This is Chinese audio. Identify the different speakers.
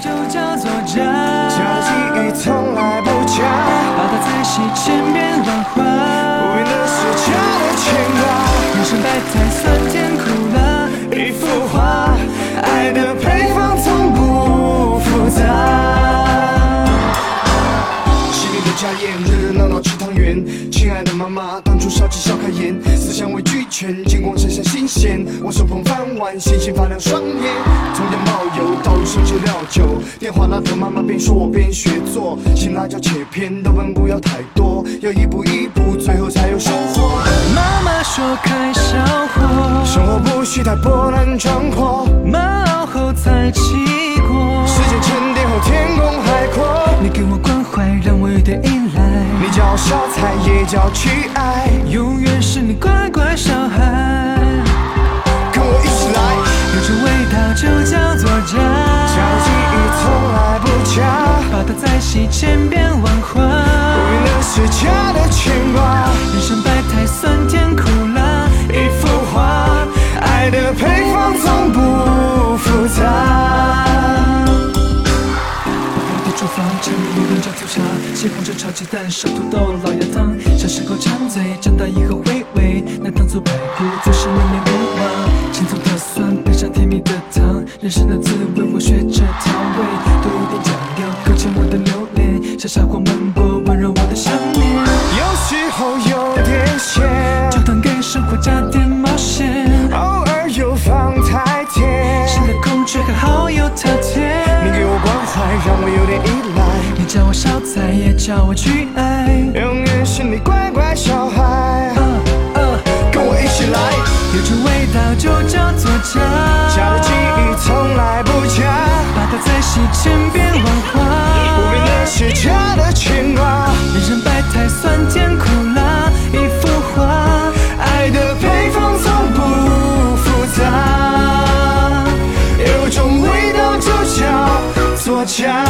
Speaker 1: 就叫做家，
Speaker 2: 交际遇从来不假，
Speaker 1: 把它仔细千遍乱画。
Speaker 2: 无语的是假的牵
Speaker 1: 人生百态，酸甜苦辣，
Speaker 2: 挂，一幅画，爱的配方从不复杂。西边的家宴，热热闹闹吃汤圆。亲爱的妈妈，当初烧鸡烧开颜，思想为俱全，金光闪闪新鲜。我手捧饭碗，星星发亮双眼。从前冒油，道路上街料酒，电话那头妈妈边说我边学做，辛辣椒切片，豆瓣不要太多，要一步一步，最后才有收获。
Speaker 1: 妈妈说开小火，
Speaker 2: 生活不需太波澜壮阔，
Speaker 1: 妈熬后才起锅。
Speaker 2: 时间沉淀后天空海阔。
Speaker 1: 你给我关怀，让我有点依赖，
Speaker 2: 你叫小菜，也叫去爱，
Speaker 1: 永远是你乖乖小孩。
Speaker 2: 跟我一起来。
Speaker 1: 有种味道就叫做
Speaker 2: 交
Speaker 1: 家，
Speaker 2: 际遇从来不假，
Speaker 1: 把它仔细千遍万
Speaker 2: 无
Speaker 1: 化。
Speaker 2: 语的是假的牵挂，
Speaker 1: 人生百态，酸甜苦辣，
Speaker 2: 一幅画，爱的配方从不复杂。
Speaker 1: 我的厨房，柴米油盐酱醋茶，西红柿炒鸡蛋，烧土豆，老鸭汤，小时候馋嘴，长大以后回味，那糖醋排骨最是念念不忘。轻松的酸，配上甜蜜的糖，人生的滋味我学着调味，多一点酱料，勾芡我的留恋，小傻瓜漫步，温柔我的想念，
Speaker 2: 有时候有点咸，
Speaker 1: 就当给生活加点冒险，
Speaker 2: 偶尔又放太甜。
Speaker 1: 新的空气和好友特
Speaker 2: 你
Speaker 1: 甜。
Speaker 2: 给我关怀，让我有点依赖，
Speaker 1: 你叫我小菜，也叫我去爱。
Speaker 2: 永远是你乖乖小孩。跟我一起来，
Speaker 1: 有种味道就叫做家，
Speaker 2: 假的记忆从来不假。
Speaker 1: 把它再洗千遍万
Speaker 2: 无
Speaker 1: 化。
Speaker 2: 论那些假的牵挂，
Speaker 1: 人生百态，酸甜苦辣，一幅画。
Speaker 2: 爱的配方从不复杂，有种味道就叫做家。